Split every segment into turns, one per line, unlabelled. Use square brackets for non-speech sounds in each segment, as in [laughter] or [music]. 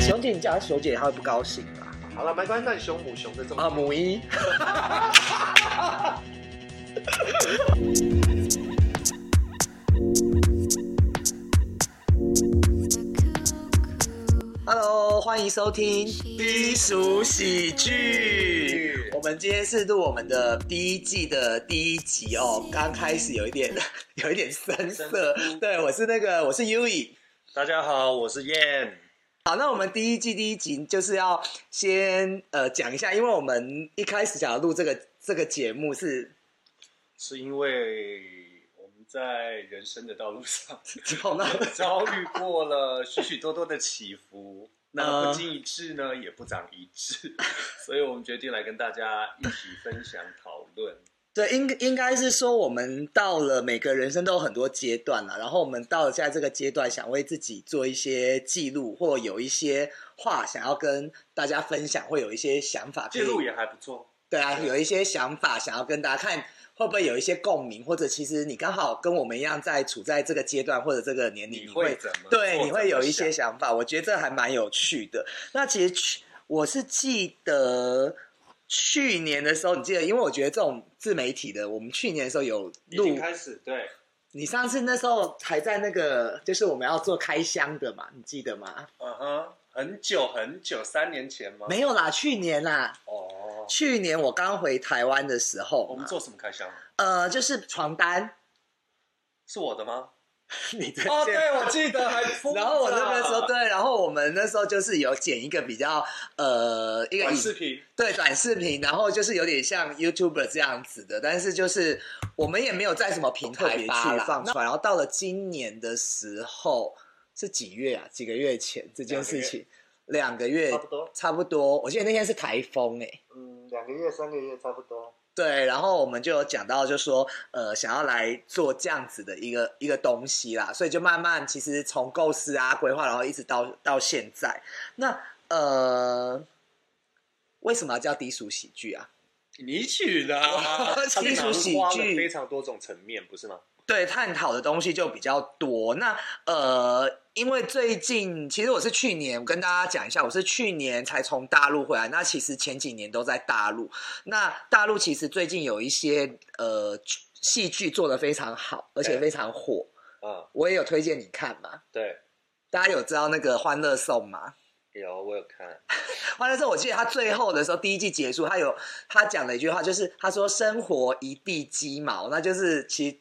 熊姐你叫她熊姐，她会不高兴吧？
好了，没关系，那你凶母凶的这么
啊，母一，Hello，欢迎收听低俗喜剧。我们今天是录我们的第一季的第一集哦，刚开始有一点 [laughs] 有一点生涩。对，我是那个我是 Yui。
大家好，我是燕。
好，那我们第一季第一集就是要先呃讲一下，因为我们一开始想要录这个这个节目是
是因为我们在人生的道路上 [laughs]
从那
遭遇过了许许多多的起伏，
呃
那不经一致呢，也不长一
[laughs]
致，所以我们决定来跟大家一起分享讨论。
对，应应该是说我们到了每个人生都有很多阶段了，然后我们到了现在这个阶段，想为自己做一些记录，或有一些话想要跟大家分享，会有一些想法可以
记录也还不错，
对啊，有一些想法想要跟大家看，会不会有一些共鸣，或者其实你刚好跟我们一样在处在这个阶段或者这个年龄，
你会怎么
对，
做
你会有一些
怎么想
想法，我觉得这还蛮有趣的。那其实去我是记得去年的时候，你记得，因为我觉得这种自媒体的，我们去年的时候有
已经
录，
开始对，
你上次那时候还在那个，就是我们要做开箱的嘛，你记得吗？
嗯哼，很久很久，三年前吗？
没有啦，去年啦，
哦，
去年我刚回台湾的时候嘛，
我们做什么开箱？
呃，就是床单，
是我的吗？
你在
哦，
线
对，我记得还敷着。
然后我那个时候对，然后我们那时候就是有剪一个比较呃一个
短
影
视频，
对短视频，然后就是有点像 YouTuber 这样子的，但是就是我们也没有在什么平台发啦
特别去放
那然后到了今年的时候是几月啊？几个月前这件事情，两个月
差不多
差不多。我记得那天是台风哎、
嗯，两个月、三个月差不多。
对，然后我们就有讲到，就说呃，想要来做这样子的一个一个东西啦，所以就慢慢其实从构思啊、规划，然后一直到到现在。那呃，为什么要叫低俗喜剧啊？，
你取的啊
[laughs] 其实喜
花了
剧
非常多种层面，不是吗？
对，探讨的东西就比较多。那呃，因为最近其实我是去年我跟大家讲一下，我是去年才从大陆回来。那其实前几年都在大陆。那大陆其实最近有一些呃戏剧做得非常好，而且
对
非常火。
嗯，
我也有推荐你看嘛。
对，
大家有知道那个《欢乐颂》吗？
有我有看，
欢乐颂，我记得他最后的时候，第一季结束，他有他讲了一句话，就是他说“生活一地鸡毛”，那就是其实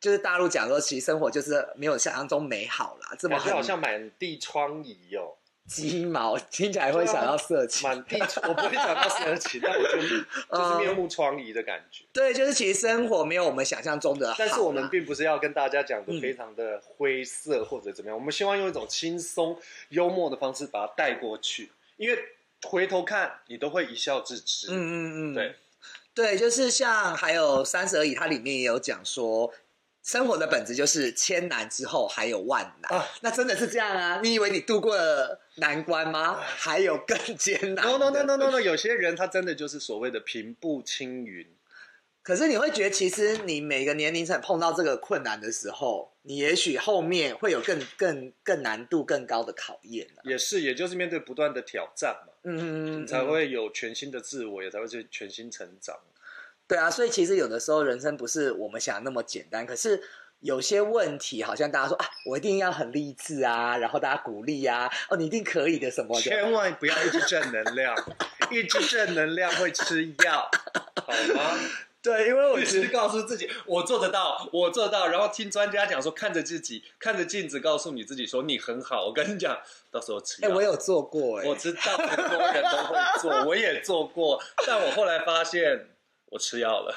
就是大陆讲说，其实生活就是没有想象中美好啦，这么
感觉
很
啊好像满地疮痍
[laughs]
哦，
鸡毛，听起来会想要色情。
满地，我不会想到色情，但
[laughs]
我觉得就是面目疮痍的感觉。
对，就是其实生活没有我们想象中的好啦。
但是我们并不是要跟大家讲
嗯
的非常的灰色或者怎么样，我们希望用一种轻松幽默的方式把它带过去，因为回头看你都会一笑置之。
嗯嗯嗯，
对
对，就是像还有《三十而已》，它里面也有讲说。生活的本质就是千难之后还有万难，
啊
那真的是这样啊？你以为你度过了难关吗？还有更艰难的。
No no no no no no，有些人他真的就是所谓的平步青云，
可是你会觉得，其实你每个年龄层碰到这个困难的时候，你也许后面会有更更更难度更高的考验、啊、
也是，也就是面对不断的挑战嘛，
嗯，
你才会有全新的自我，也才会去全新成长。
对啊。所以其实有的时候人生不是我们想那么简单，可是。有些问题好像大家说啊，我一定要很励志啊，然后大家鼓励啊，哦，你一定可以的什么
[laughs]
的。
千万不要一直正能 [laughs] 量，一直正能量会吃 [laughs] 药，好吗？
对，因为我
一
觉
直
得
告诉自己我做得到，我做得到，然后听专家讲说，看着自己，看着镜子，告诉你自己说你很好。我跟你讲，到时候吃
哎、
药。
我有做过哎、
我知道很多人都会做，我也做过，但我后来发现我吃药 [laughs] 了。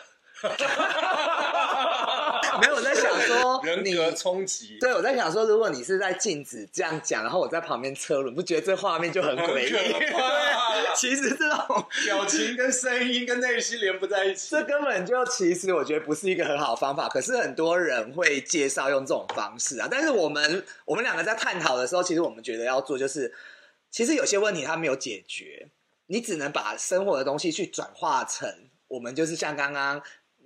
没有我在想说
人
你
格冲击，
对我在想说，如果你是在镜子这样讲，然后我在旁边车轮，不觉得这画面就很诡
[laughs] 很啊
异
可？怕
对 [laughs] 其实这种
表情跟声音跟内心连不在一起
这。根本就其实我觉得不是一个很好的方法，可是很多人会介绍用这种方式啊。但是我们我们两个在探讨的时候，其实我们觉得要做就是，其实有些问题它没有解决，你只能把生活的东西去转化成我们就是像刚刚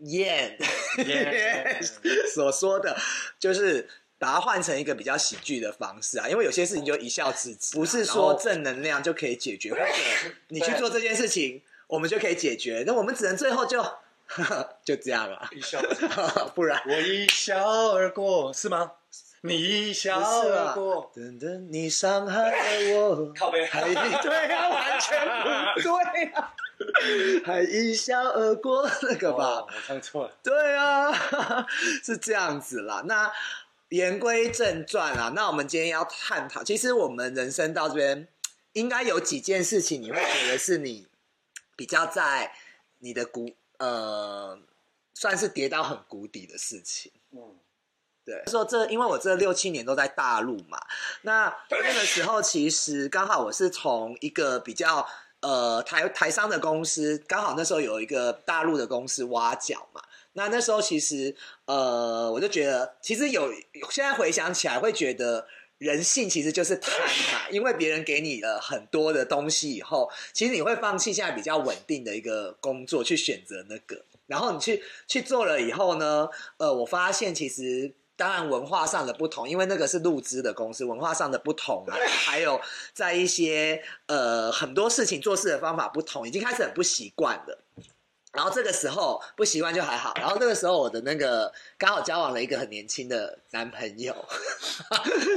燕 [laughs]
Yeah
所说的，就是把它换成一个比较喜剧的方式啊，因为有些事情就一笑置之，不是说正能量就可以解 [laughs] 决，或者你去做这件事情，我们就可以解决。那我们只能最后就 [laughs] 就这样了， [laughs]
一笑，
不
[laughs]
然。
我一笑而过，是吗？你一笑而过，
等等，啊你伤害了我，
靠背 [laughs]
还一对啊，完全不对啊， [laughs] 还一笑而过那个吧
哦，我唱错了。
对啊， [laughs] 是这样子啦。那言归正传啦，那我们今天要探讨，其实我们人生到这边，应该有几件事情，你会觉得是你比较在你的谷呃，算是跌到很谷底的事情。
嗯，
对，说这因为我这六七年都在大陆嘛，那那个时候其实刚好我是从一个比较呃台台商的公司，刚好那时候有一个大陆的公司挖角嘛。那那时候其实呃，我就觉得其实有现在回想起来会觉得。人性其实就是贪嘛，因为别人给你了很多的东西以后，其实你会放弃现在比较稳定的一个工作，去选择那个。然后你去去做了以后呢，呃，我发现其实当然文化上的不同，因为那个是入资的公司，文化上的不同啊，还有在一些呃很多事情做事的方法不同，已经开始很不习惯了。然后这个时候不习惯就还好，然后那个时候我的那个刚好交往了一个很年轻的男朋友， [laughs]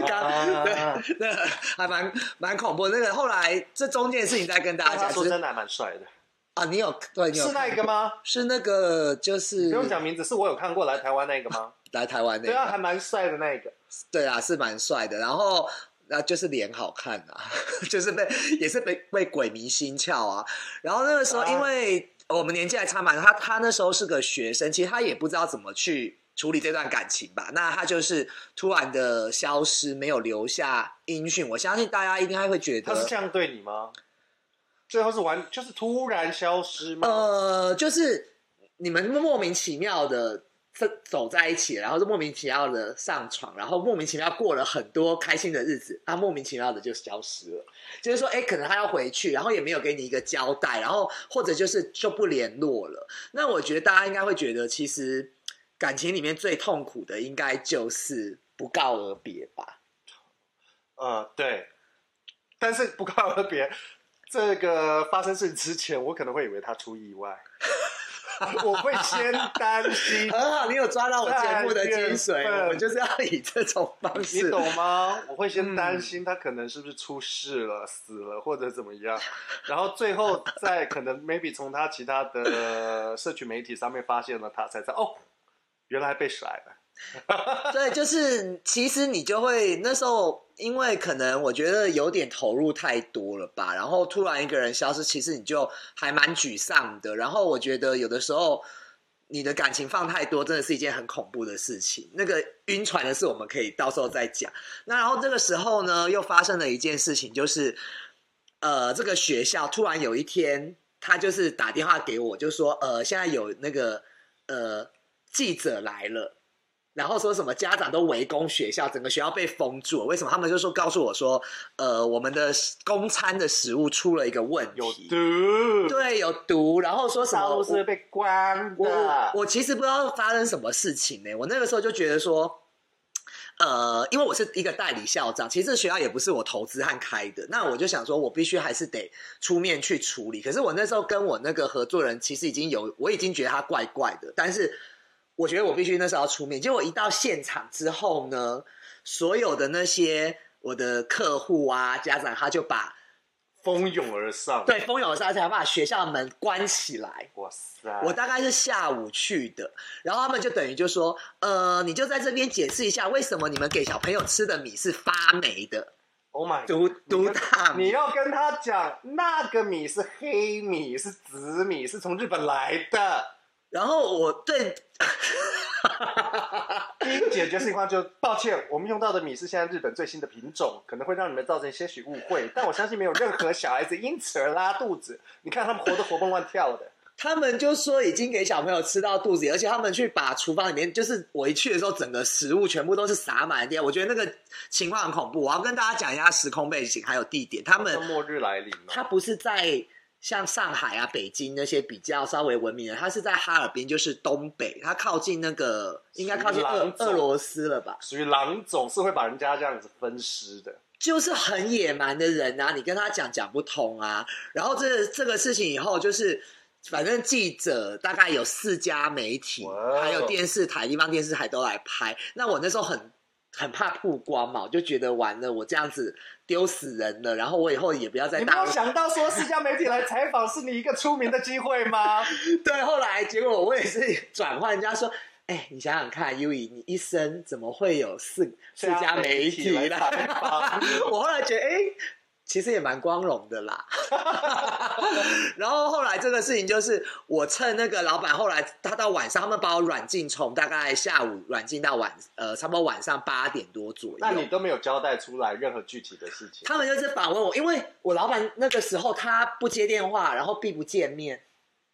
刚对
啊
那个还蛮蛮恐怖的。那个后来这中间的事情再跟大家
他
讲
啊说
是
真的还蛮帅的，
啊，你有对你有
是那一个吗？
是那个就是
不用讲名字，是我有看过来台湾那个吗？
来台湾那
对啊，还
个
蛮帅的那一个。
对啊是蛮帅的，然后。那、就是脸好看啊， [laughs] 就是被也是被被鬼迷心窍啊。然后那个时候，
啊
因为我们年纪还差蛮多，他他那时候是个学生，其实他也不知道怎么去处理这段感情吧。那他就是突然的消失，没有留下音讯。我相信大家一定还会觉得
他是这样对你吗？最后是完，就是突然消失吗？
呃，就是你们莫名其妙的分走在一起，然后是莫名其妙的上床，然后莫名其妙过了很多开心的日子，他莫名其妙的就消失了。就是说，哎、可能他要回去，然后也没有给你一个交代，然后或者就是就不联络了。那我觉得大家应该会觉得，其实感情里面最痛苦的应该就是不告而别吧。 [laughs]
嗯，对。但是不告而别，这个发生事之前，我可能会以为他出意外，我会先担心，
[laughs] 很好，你有抓到我节目的精
太
髓
过哎分，
我们就是要以这种方式。
你懂吗？我会先担心他可能是不是出事了、死了或者怎么样，然后最后再可能 maybe 从他其他的社群媒体上面发现了他，才知道哦，原来被甩了。
对，就是其实你就会那时候，因为可能我觉得有点投入太多了吧，然后突然一个人消失，其实你就还蛮沮丧的。然后我觉得有的时候你的感情放太多，真的是一件很恐怖的事情。那个晕船的事，我们可以到时候再讲。那然后这个时候呢，又发生了一件事情，就是呃，这个学校突然有一天，他就是打电话给我，就说呃，现在有那个呃记者来了。然后说什么家长都围攻学校，整个学校被封住了。为什么？他们就说告诉我说，呃，我们的公餐的食物出了一个问题，
有毒，
对有毒，然后说什
大
么
陆是被关
我
的。
我其实不知道发生什么事情呢、我那个时候就觉得说。呃，因为我是一个代理校长，其实这学校也不是我投资和开的，那我就想说，我必须还是得出面去处理。可是我那时候跟我那个合作人，其实已经有，我已经觉得他怪怪的，但是我觉得我必须那时候要出面。结果一到现场之后呢，所有的那些我的客户啊、家长，他就把
蜂拥而上。
对蜂拥而上，才把学校门关起来。
哇塞！
我大概是下午去的，然后他们就等于就说，呃，你就在这边解释一下，为什么你们给小朋友吃的米是发霉的，
Oh my！
毒 [laughs] 毒大
你
米。
要跟他讲，那个米是黑米，是紫米，是从日本来的。
然后我对，
第一个解决情况就抱歉，我们用到的米是现在日本最新的品种，可能会让你们造成些许误会，但我相信没有任何小孩子因此而拉肚子。你看他们活得活蹦乱跳的，
他们就说已经给小朋友吃到肚子里，而且他们去把厨房里面，就是我一去的时候，整个食物全部都是撒满地，我觉得那个情况很恐怖。我要跟大家讲一下时空背景还有地点，他们
像末日来临了。
他不是在像上海啊、北京那些比较稍微文明的，它是在哈尔滨，就是东北，它靠近那个应该靠近
属于
俄
狼族
俄罗斯了吧？
属于狼总是会把人家这样子分尸的。
就是很野蛮的人啊，你跟他讲讲不通啊。然后这这个事情以后就是。反正记者大概有四家媒体
哇哦
还有电视台、地方电视台都来拍。那我那时候很很怕曝光嘛，我就觉得完了，我这样子丢死人了，然后我以后也不要再
你没
大
有
陆
想到说私家媒体来采访是你一个出名的机会
[laughs]
吗？
对，后来结果我也是 [laughs] 转换，人家说。哎、你想想看，优怡，你一生怎么会有四四家媒体
啊媒体来采
啦
访？
[laughs] 我后来觉得，哎、其实也蛮光荣的
[laughs]
啦。然后后来这个事情就是，我趁那个老板后来他到晚上，他们把我软禁从大概下午软禁到晚呃，差不多晚上八点多左右。
那你都没有交代出来任何具体的事情。
他们就是反问我，因为我老板那个时候他不接电话，然后避不见面，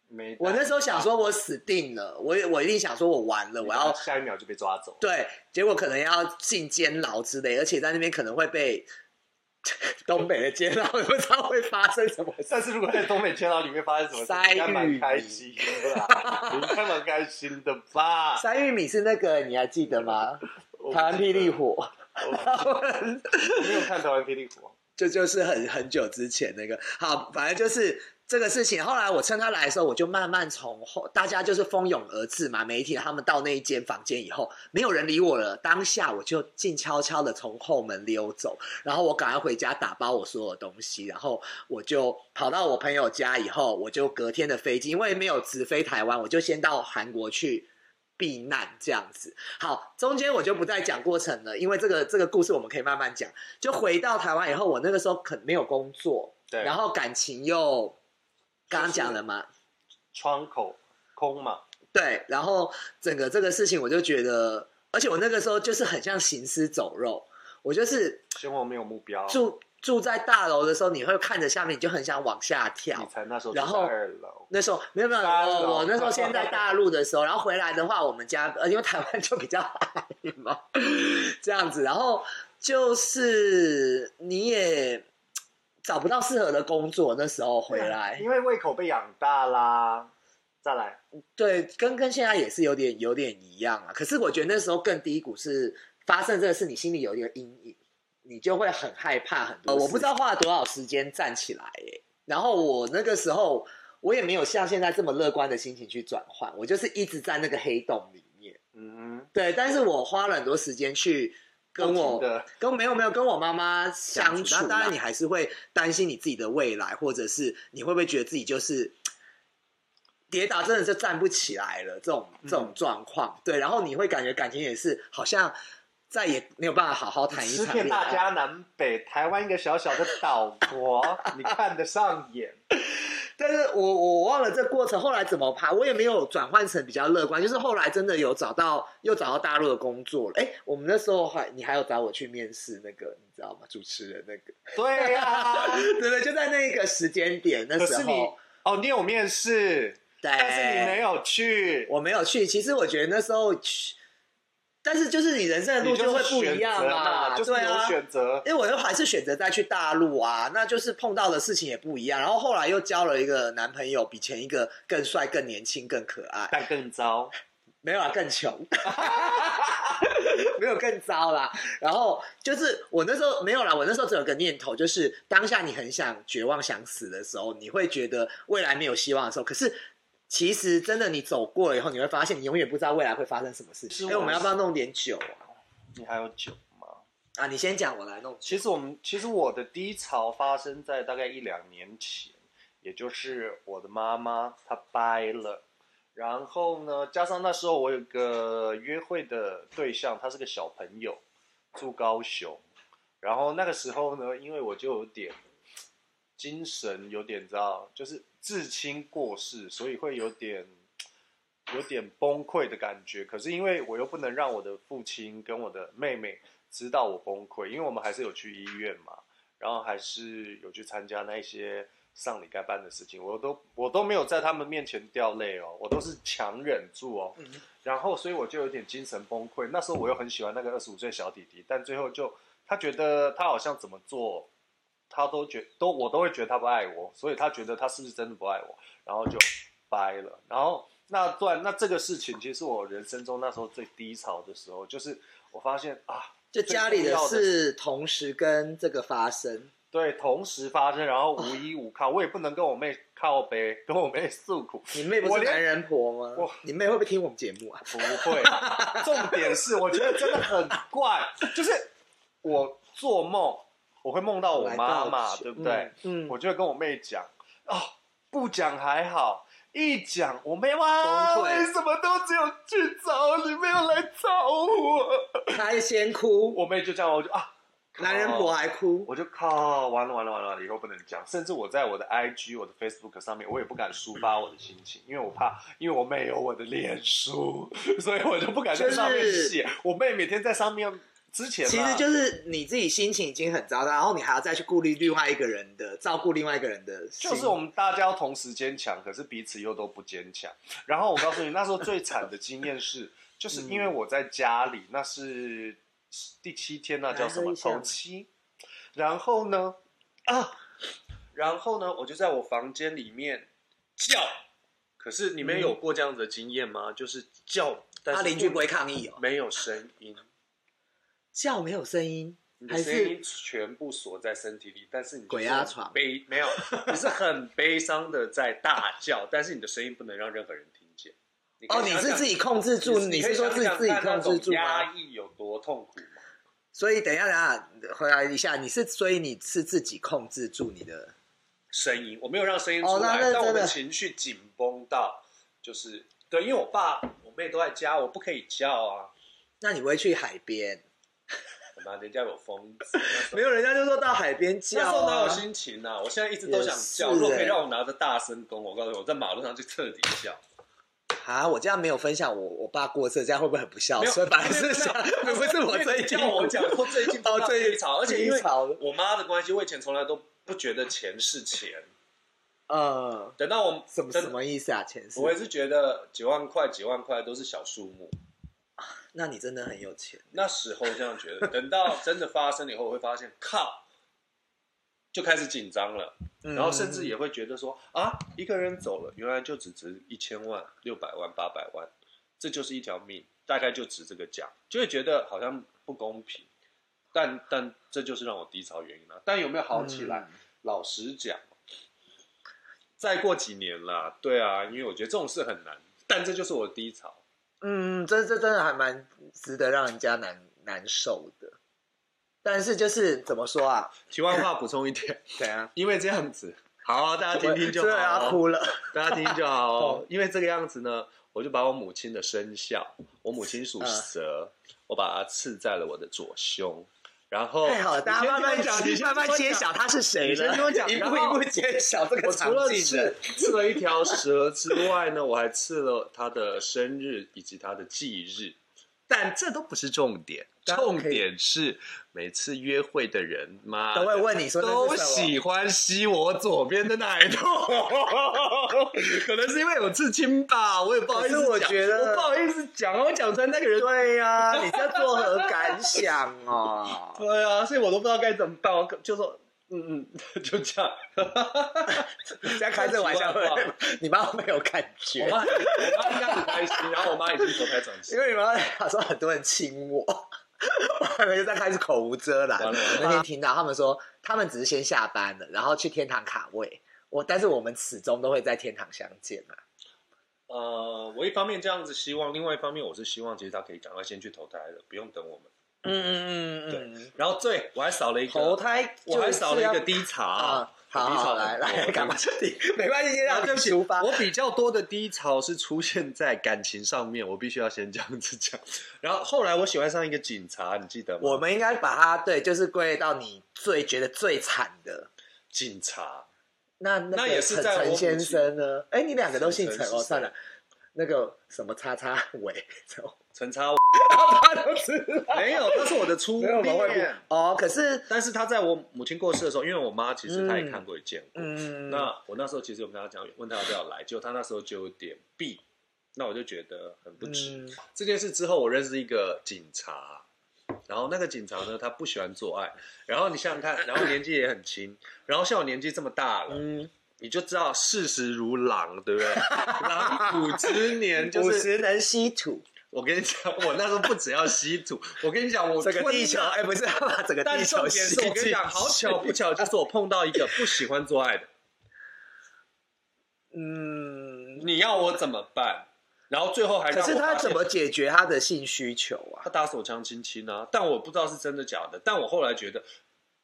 没带，
我那时候想说，我死定了，我也我一定想说，我完了，我要
下一秒就被抓走。
对，结果可能要进监牢之类，而且在那边可能会被 [laughs] 东北的监牢，也不知道会发生什么事。
[laughs] 但是如果在东北千岛里面发生什么事，
塞
应该
玉
蛮开心的
[laughs]
啦，应该蛮开心的吧？
三玉米是那个，你还记得吗？
我不
台湾霹雳火， [laughs]
我没有看台湾霹雳火，
这就是很很久之前那个。好，反正就是这个事情。后来我趁他来的时候，我就慢慢从后，大家就是蜂拥而至嘛。媒体他们到那一间房间以后，没有人理我了。当下我就静悄悄的从后门溜走，然后我赶快回家打包我所有东西，然后我就跑到我朋友家以后，我就隔天的飞机，因为没有直飞台湾，我就先到韩国去。避难这样子，好，中间我就不再讲过程了，因为这个这个故事我们可以慢慢讲。就回到台湾以后，我那个时候可没有工作，
对，
然后感情又刚刚
就是
讲了嘛，
窗口空嘛，
对，然后整个这个事情我就觉得，而且我那个时候就是很像行尸走肉，我就是
生活没有目标，
住住在大楼的时候，你会看着下面，你就很想往下
你
跳。
才那时候住
然后
在二楼，
那时候没有没有，
三楼
我我那时候先在大陆的时候，然后回来的话，我们家呃因为台湾就比较矮嘛，这样子，然后就是你也找不到适合的工作，那时候回来，
因为胃口被养大啦。再来，
对，跟跟现在也是有点有点一样啊。可是我觉得那时候更低谷是发生这个事，你心里有一个阴影，你就会很害怕很多。
呃
我
我
不
不
知
知
道花了多少时间站起来、耶。然后我那个时候我也没有像现在这么乐观的心情去转换，我就是一直在那个黑洞里面。
嗯哼，
对，但是我花了很多时间去跟
不
我
停地
跟没有没有跟我妈妈相
相处
处，
啦
那当然你还是会担心你自己的未来，或者是你会不会觉得自己就是跌倒，真的就站不起来了这种
嗯
这种状况。对，然后你会感觉感情也是好像再也没有办法好好谈一
吃
场恋
遍大
爱。
江南北，台湾一个小小的岛国，
[laughs]
你看得上眼？
但是我我忘了这过程后来怎么爬，我也没有转换成比较乐观，就是后来真的有找到又找到大陆的工作了。哎，我们那时候还你还有找我去面试那个，你知道吗？主持人那个。 [laughs]
对啊呀、
对对，就在那个时间点，那
可
时
是你
候，
哦，你有面试，
对，
但是你没，有去，
我没有去。其实我觉得那时候去，但是就是你人生的路
你就
会
是
不一样
选择嘛，就是
对
有
啊。
选择。
因为我又还是选择再去大陆啊，那就是碰到的事情也不一样。然后后来又交了一个男朋友，比前一个更帅、更年轻、更可爱，
但更糟，
没有啊，更穷， [laughs] 没有更糟啦。然后就是我那时候没有啦，我那时候只有个念头，就是当下你很想绝望、想死的时候，你会觉得未来没有希望的时候，可是。其实真的，你走过了以后，你会发现你永远不知道未来会发生什么事情。
啊
是
哎，我
我
们要不要弄点酒啊？
你还有酒吗？
啊，你先讲，我来弄。
其实我们，其实我的低潮发生在大概一两年前，也就是我的妈妈她掰了，然后呢，加上那时候我有个约会的对象，他是个小朋友，住高雄，然后那个时候呢，因为我就有点精神有点你知道，就是至亲过世，所以会有点有点崩溃的感觉。可是因为我又不能让我的父亲跟我的妹妹知道我崩溃，因为我们还是有去医院嘛，然后还是有去参加那一些丧礼该办的事情，我都我都没有在他们面前掉泪哦，我都是强忍住哦。
嗯
然后所以我就有点精神崩溃。那时候我又很喜欢那个二十五岁小弟弟，但最后就他觉得他好像怎么做
他都觉都我都会觉得他不爱我，所以他觉得他是不是真的不爱我，然后就掰了。然后那段那这个事情，其实我人生中那时候最低潮的时候，就是我发现啊，
就家里
最
的
重要
事同时跟这个发生，
对，同时发生，然后无依无靠，我也不能跟我妹靠背，跟我妹诉苦，
你妹不
我
是
连
男人婆吗
我？
你妹会不会听我们节目啊？
不
[laughs]
会。重点是，我觉得真的很怪，就是我做梦，我会梦到我妈妈，对不对？？
嗯，
我就会跟我妹讲，哦，不讲还好。一讲，我妹哇，
崩溃
为什么都只有去找你，没有来找我？
她一先哭，
我妹就这样，我就啊，
男人婆还
哦
哭，
我就靠，完了完了完了，以后不能讲。甚至我在我的 IG、我的 Facebook 上面，我也不敢抒发我的心情，因为我怕，因为我妹有我的脸书， [laughs] 所以我就不敢在上面
就是
写。我妹每天在上面之前啊，
其实就是你自己心情已经很糟糕，然后你还要再去顾虑另外一个人的，照顾另外一个人的心，
就是我们大家要同时坚强，可是彼此又都不坚强。然后我告诉你，那时候最惨的经验
[laughs]
是，就是因为我在家里，那是第七天，那叫什
来喝
么
啊一下
头七。然后呢， [coughs] 啊，
然后呢，我就在我房间里面叫。可是你们有过这样子的经验吗？就是叫，
嗯
但
他
是
邻居不会抗议哦，
没有声音，
叫没有声音，
你
还
的声
是
音全部锁在身体里，但是你就是
鬼压床
很悲没有，你是很悲伤的在大叫，但是你的声音不能让任何人听见。可以
哦，你
想
是
想
自己控制住，你
可
是
以
说自己
想想
自己
看那
控制
种
住吗？
压抑有多痛苦吗？
所以等一下，等一下，回来一下，你是所以你是自己控制住你的，
声音，我没有让声音出
哦那
来，
那
但我
真的
的情绪紧绷到，就是对，因为我爸我妹都在家，我不可以叫啊，
那你不会去海边？
什么人家有疯子，
没有，人家就说到海边
那
叫、
时候哪有
啊。
心情啊？我现在一直都想
也是
叫，如果可
欸
以让我拿着大声公，我告诉你，我在马路上去彻底叫。
啊，我这样没有分享我我爸过世，这样会不会很不孝
没有
顺？反而是想，
没有
不是我最近
因为你叫我
[laughs]
讲说最近
哦，最
低潮，而且因为
低潮了
我妈的关系，我以前从来都不觉得钱是钱。
呃，
等到我
什么
等
什么意思啊？前世？
我也是觉得几万块、几万块都是小数目，
那你真的很有钱，
那时候这样觉得。等到真的发生了以后，我会发现靠，就开始紧张了，然后
嗯
甚至也会觉得说啊，一个人走了，原来就只值一千万、六百万、八百万，这就是一条命，大概就值这个价，就会觉得好像不公平。但但这就是让我低潮原因了、但有没有好起来？
嗯
老实讲，再过几年啦，对啊，因为我觉得这种事很难。但这就是我的低潮。
嗯，这这真的还蛮值得让人家难难受的。但是就是怎么说啊？
题外话补充一点，
怎样？
因为这样子，好，啊大家听听就
我真的要
好哦，
哭了。 [laughs]
大家听就好哦。因为这个样子呢，我就把我母亲的生肖，我母亲
嗯
属蛇，我把它刺在了我的左胸，然后
太哎好了，大家
你先
慢慢
听我讲你
讲，
先
慢慢
听我
揭
讲
晓他是谁
你先
了。
听我
[laughs]
讲
一步
然
一
后
步揭晓这个
我
场
除了
景的
刺。刺了一条蛇之外呢，我还刺了他的生日以及他的忌日，但这都不是重点，
大家可以
重点是每次约会的人妈
都会问你说
都
那是什么？
喜欢吸我左边的奶头，可能是因为有刺青吧，我也不好意思
可是
讲，
我觉得
我不好意思讲，我讲出来那个人。
对啊呀、你在作何感想
[laughs]
哦？
对啊，所以我都不知道该怎么办，我就说，嗯嗯， [laughs] 就
[laughs]
这样。
你在开这玩笑会
太奇怪了，
你妈会不会有感
我
觉？
妈，我妈应该很开心，然后我妈已经投胎转世
因。为你妈她说很多人亲我，我还没就在开始口无遮拦。
完了
我那天听到他们说，他们只是先下班了，然后去天堂卡位。我，但是我们始终都会在天堂相见啊嘛。
呃，我一方面这样子希望，另外一方面我是希望，其实他可以赶快先去投胎了，不用等我们。
嗯嗯嗯嗯。
然后最我还少了一个
投，胎，
我还少了一个
低
低潮。
啊。好
我低
好
潮
好
很
来
多
来，
对
干嘛？你没关系，先
啊
让
[laughs] 对不起，
出发。
我比较多的低潮是出现在感情上面，我必须要先这样子讲。 [laughs] 然后后来我喜欢上一个警察，你记得吗？
我们应该把它对，就是归类到你最觉得最惨的。
警察
那那
那
个
也是
陈
在我
陈
母
先
亲
生呢？哎，你两个都姓
陈
陈
是
哦，
谁
算了，那个什么叉叉伟，
陈 [laughs] 超
他都知道，
没有，他是我的初
没有我们会
恋。
不哦。可是，
[laughs] 但是他在我母亲过世的时候，因为我妈其实她也看过一见过，
嗯，
那我那时候其实有跟他讲，问他要不要来，结果他那时候就有点避，那我就觉得很不值。
嗯
这件事之后，我认识一个警察，
然后那个警察呢，他不喜欢做爱。然后你想想看，然后年纪也很轻，然后像我年纪这么大了，
嗯，
你就知道世事如狼，对不 [laughs] 对？狼虎之年就
五
是。
十能吸土，
我跟你讲，我那时候不只要吸土，我跟你讲，我
整个
吞
地球，
了
哎，不
[laughs]
是 [laughs] 把整个
但
地
重
球
点
吸
是我跟你
进
讲，
去
好巧不巧，就是我碰到一个不喜欢做爱的，
[laughs] 嗯，
你要我怎么办？然后最后还
可
让
是
我
他
发
怎
现
么解决他的性需求啊？
他打手枪亲亲啊？但我不知道是真的假的。但我后来觉得，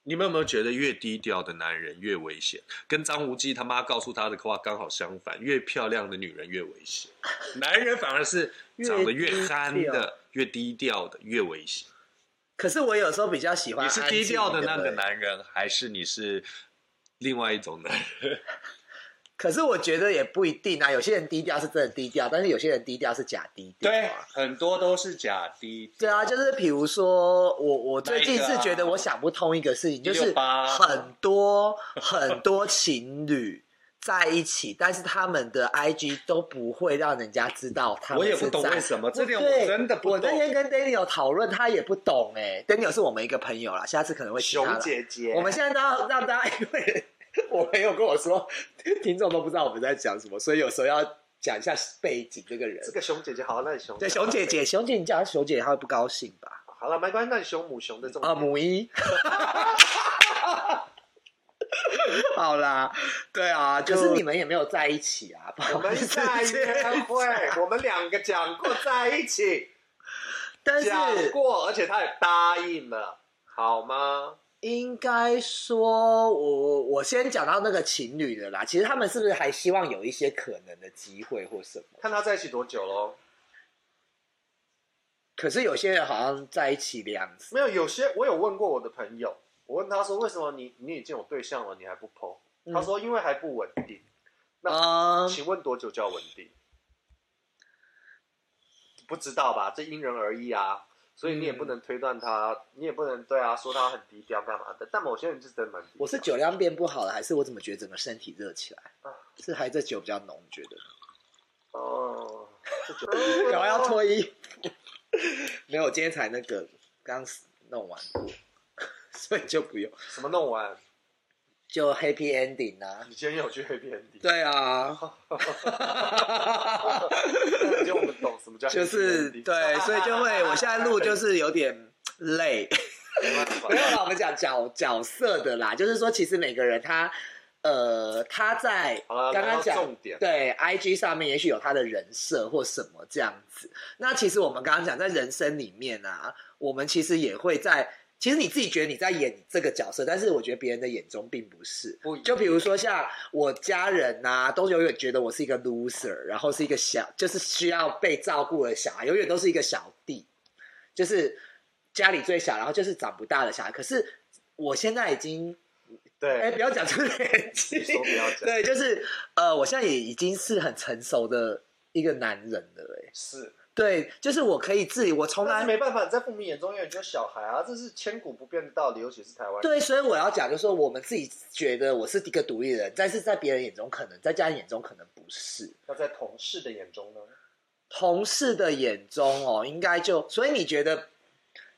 你们有没有觉得越低调的男人越危险？跟张无忌他妈告诉他的话刚好相反，越漂亮的女人越危险，男人反而是
[laughs]
长得越憨
越低调
的、越低调的越危险。
可是我有时候比较喜欢
你是
安
低
静
调的那个
人，
男人，还是你是另外一种男人？
可是我觉得也不一定啊。有些人低调是真的低调，但是有些人低调是假低调、
对
啊。，
很多都是假低调。
对啊，就是比如说，我我最近
哪一个
是
啊
觉得我想不通一个事情，就是
168
很多很多情侣在一起，但是他们的 IG 都不会让人家知道他们
我也
是
不懂
在
为什么这点
对
我真的不
我那
懂
天跟 Daniel 讨论，他也不懂哎、Daniel 是我们一个朋友啦，下次可能会请他
熊
来
姐姐，
我们现在都要让大家，因
[laughs]
为我朋友跟我说，听众都不知道我们在讲什么，所以有时候要讲一下背景这个人
这。个熊姐姐好，那你熊
对，熊姐姐，熊姐，你叫她熊姐，她会不高兴吧？
好了，没关系，那你熊母熊的这种
啊，母 [laughs] 一。好啦，对啊，可是你们也没有在一起啊，不
我
好
们
意思
在约
啊 [laughs]
会，我们两个讲过在一起，
但
讲
是
过，而且他也答应了，好吗？
应该说，我我先讲到那个情侣的啦，其实他们是不是还希望有一些可能的机会或什么？
看他在一起多久喽？
可是有些人好像在一起两次，
没有，有些我有问过我的朋友，我问他说为什么你你已经有对象了，你还不剖？
嗯
他说因为还不稳定。
啊、
请问多久叫稳定？不知道吧？这因人而异啊，所以你也不能推断他，你也不能对啊说他很低调干嘛的。但某些人就真的蛮低调
我是酒量变不好了，还是我怎么觉得整个身体热起来
啊？
是还这酒比较浓，觉得？
哦，这 [laughs]
[laughs]
酒
然后要脱衣服，没有，我今天才那个刚弄完， [laughs] 所以就不用，
什么弄完？
就 happy ending 啊。
你今天有去黑边地？
对 [laughs] 啊，
就我们懂什么叫
就是对，所以就会我现在录就是有点累。 [laughs] 没有啦，我们讲角角色的啦，就是说，其实每个人他，呃，他在
好了
刚刚
聊
讲
到重点
对 IG 上面，也许有他的人设或什么这样子。那其实我们刚刚讲，在人生里面啊，我们其实也会在，其实你自己觉得你在演这个角色，但是我觉得别人的眼中并不是。
不一
就比如说像我家人呐、都永远觉得我是一个 loser，然后是一个小，就是需要被照顾的小孩，永远都是一个小弟，就是家里最小，然后就是长不大的小孩。可是我现在已经，哎、
对，
不要讲出年
[laughs] 你
纪，
说不要讲
对，就是呃，我现在也已经是很成熟的一个男人了、哎，
是，
对，就是我可以自己，我从
但
来
是没办法，你在父母眼中永远就是小孩啊，这是千古不变的道理，尤其是台湾人。
对，所以我要讲，就是说我们自己觉得我是一个独立的人，但是在别人眼中可能，在家人眼中可能不是。
那在同事的眼中呢？
同事的眼中哦，应该就所以你觉得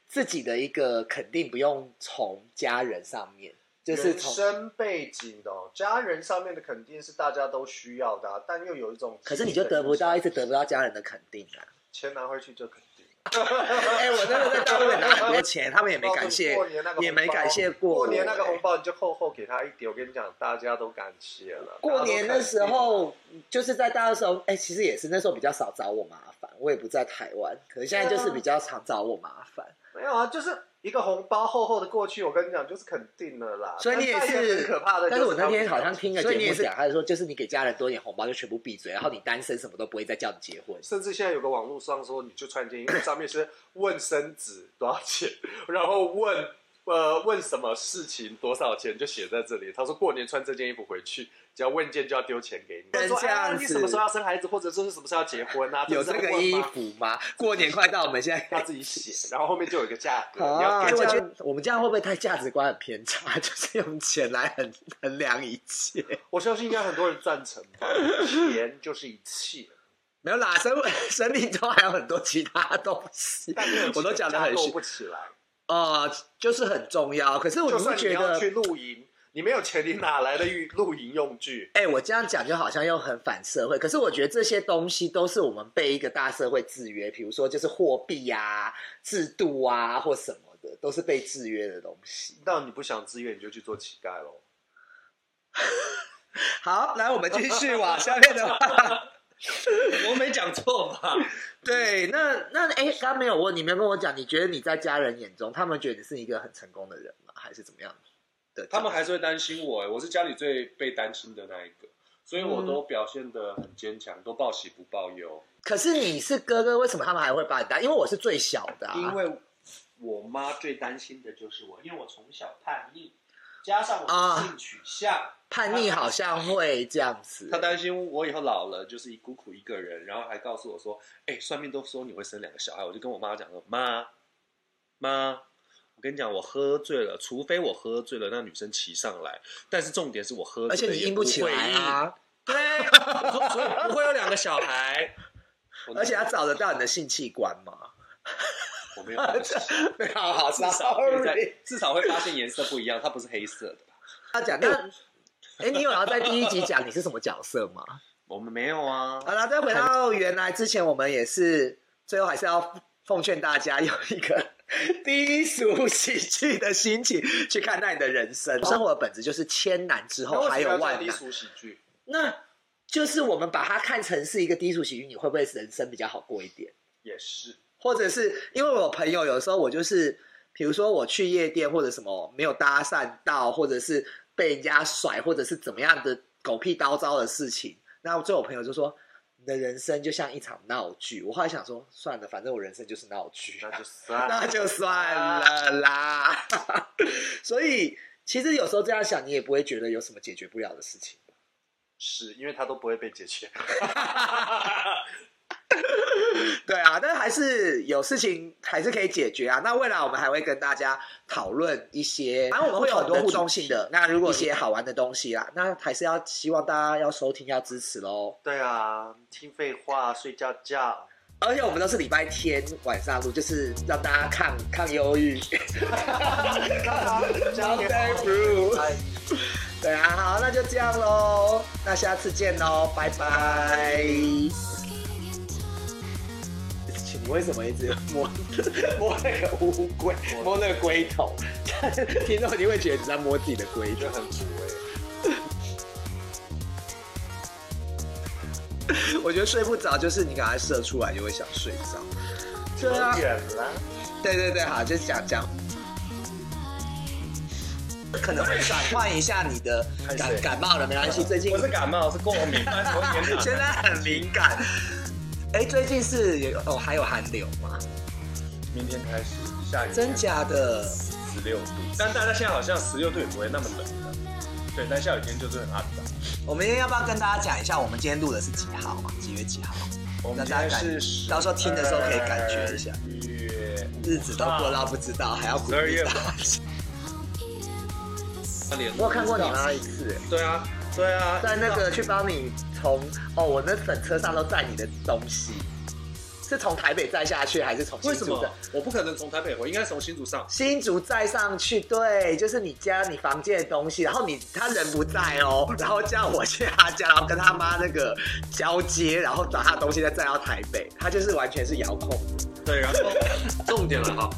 自己的一个肯定不用从家人上面，就是
人
从。
生背景的、哦、家人上面的肯定是大家都需要的啊、但又有一种，
可是你就得不到，一直得不到家人的肯定啊！
钱拿回去就肯定。
[laughs] 哎、我真的在单位拿很多钱，他们也没感谢
哦过年那个红，包
也没感谢过我
过年那个
哎
红包你就厚厚给他一点，我跟你讲，大家都感谢了。
过年的时候，就是在大的时候，哎、其实也是那时候比较少找我麻烦，我也不在台湾，可是现在
啊
就是比较常找我麻烦，
没有啊，就是一个红包厚厚的过去，我跟你讲，就是肯定的啦。
所以你也
啊但是
是
很可怕的，
但是我那天好像听了
所以你
节
也
目
是
讲，他就说就是你给家人多一点红包就全部闭嘴，然后你单身什么都不会再叫你结婚。
甚至现在有个网络上说，你就穿一件衣服，上面是问生子多少钱，然后问呃问什么事情多少钱，就写在这里。他说过年穿这件衣服回去，只要问件就要丢钱给你。
人
说
这样
哎
子
你什么时候要生孩子，或者说是什么时候要结婚啊？
有这
是
个
要问
衣
吗，
服吗？过年快到，我们现
[laughs]
在
他自己写，然后后面就有一个价格，你要
[laughs] 啊，
给
哎我
价
觉
格。
得我们这样会不会太价值观很偏差？ [laughs] 就是用钱来衡衡量一切。
我相信应该很多人赞成吧，钱就是一
[laughs]
切。
没有啦， [laughs] 生生命中还有很多其他东西
但没有，钱
我都讲的很
架构
虚
不起来，
呃，就是很重要。可是我
就
你会
算你
觉
要
得，
去露营，你没有钱，你哪来的浴露营用具？
哎、我这样讲就好像又很反社会，可是我觉得这些东西都是我们被一个大社会制约，比如说就是货币啊、制度啊或什么的，都是被制约的东西。
那你不想自愿，你就去做乞丐喽。
好，来我们继续往下面的话，
[laughs] 我没讲错
[laughs]
吧？
[laughs] 对，那那哎，刚、刚没有问你，没有跟我讲，你觉得你在家人眼中，他们觉得你是一个很成功的人吗？还是怎么样的？
他们还是会担心我、欸，我是家里最被担心的那一个，所以我都表现得很坚强，都报喜不报忧。
可是你是哥哥，为什么他们还会把你带？因为我是最小的、啊，
因为我妈最担心的就是我，因为我从小叛逆，加上我的性取向，
叛逆好像会这样子
他。担心我以后老了就是一孤苦一个人，然后还告诉我说：“哎、算命都说你会生两个小孩。”我就跟我妈讲说：“妈，妈，我跟你讲，我喝醉了，除非我喝醉了，那女生骑上来。但是重点是我喝醉了，
而且你
也
硬
不
不起
会
来
硬！
啊，
对，我说所以不会有两
[laughs]
个小孩。我
而且啊他找得到你的性器官吗？
我没有那么小，
没有， [laughs] 好
至少会在至少会发现颜色不一样，它不是黑色的。
他讲那，哎、你有要在第一集讲你是什么角色吗？
我们没有啊，
[laughs] 好了，再回到原来之前，我们也是最后还是要奉劝大家有一个 [laughs] 低俗喜剧的心情去看待你的人生。生活的本质就是千难之后
那为什么
还有
要叫
万
低
难，
俗喜剧，
那就是我们把它看成是一个低俗喜剧，你会不会人生比较好过一点？
也是
或者是因为我朋友有时候我就是，比如说我去夜店或者什么没有搭讪到，或者是被人家甩，或者是怎么样的狗屁叨糟的事情，那最后我朋友就说。你的人生就像一场闹剧，我后来想说，算了，反正我人生就是闹剧，啊
那就
[laughs]
算
那就算了啦。 [laughs] 所以其实有时候这样想，你也不会觉得有什么解决不了的事情。
是因为他都不会被解
[laughs]
决。
对啊，但还是有事情还是可以解决啊。那未来我们还会跟大家讨论一些，反正我们会有很多互动性的，那如果一些好玩的东西啦，那还是要希望大家要收听要支持喽。
对啊，听废话，睡觉觉。
而且我们都是礼拜天晚上录，就是让大家抗抗忧郁。
交给
Day Blue 对啊，好，那就这样喽，那下次见喽，拜拜。请你为什么一直摸摸那个乌龟，摸那个龟头？ [laughs] 听众你会觉得你在摸自己的龟头
就。很土哎、
我觉得睡不着就是你赶快射出来就会想睡着。对啊，
远了。
对对对，好，就是讲讲。可能会转换一下你的感感冒了，没关系，最近
不是感冒，是过
[laughs]
敏，但是我脸
现在很敏感。哎，最近是有哦，还有寒流吗？
明天开始下雨，
真假的？
十六度，但大家现在好像十六度也不会那么冷了。对，但下雨天就是很暗的。
我们今天要不要跟大家讲一下，我们今天录的是几号啊？几月几号？
我们
让
今
大家
天
感
是
到时候听的时候可以感觉一下
12月
日子都过到不知道，还要鼓
十二
励
月
大家。
吧。
我有看过你啊那一次，
对啊，对啊，
在那个去帮你从哦，我那整车上都载你的东西，是从台北载下去还是从新
为什
竹
么
载？
我不可能从台北回？应该从新竹上。
新竹载上去，对，就是你家你房间的东西，然后你他人不在哦，然后叫我去他家，然后跟他妈那个交接，然后 [laughs] 把他的东西再载到台北，他就是完全是遥控的。
对，然后重点了哈，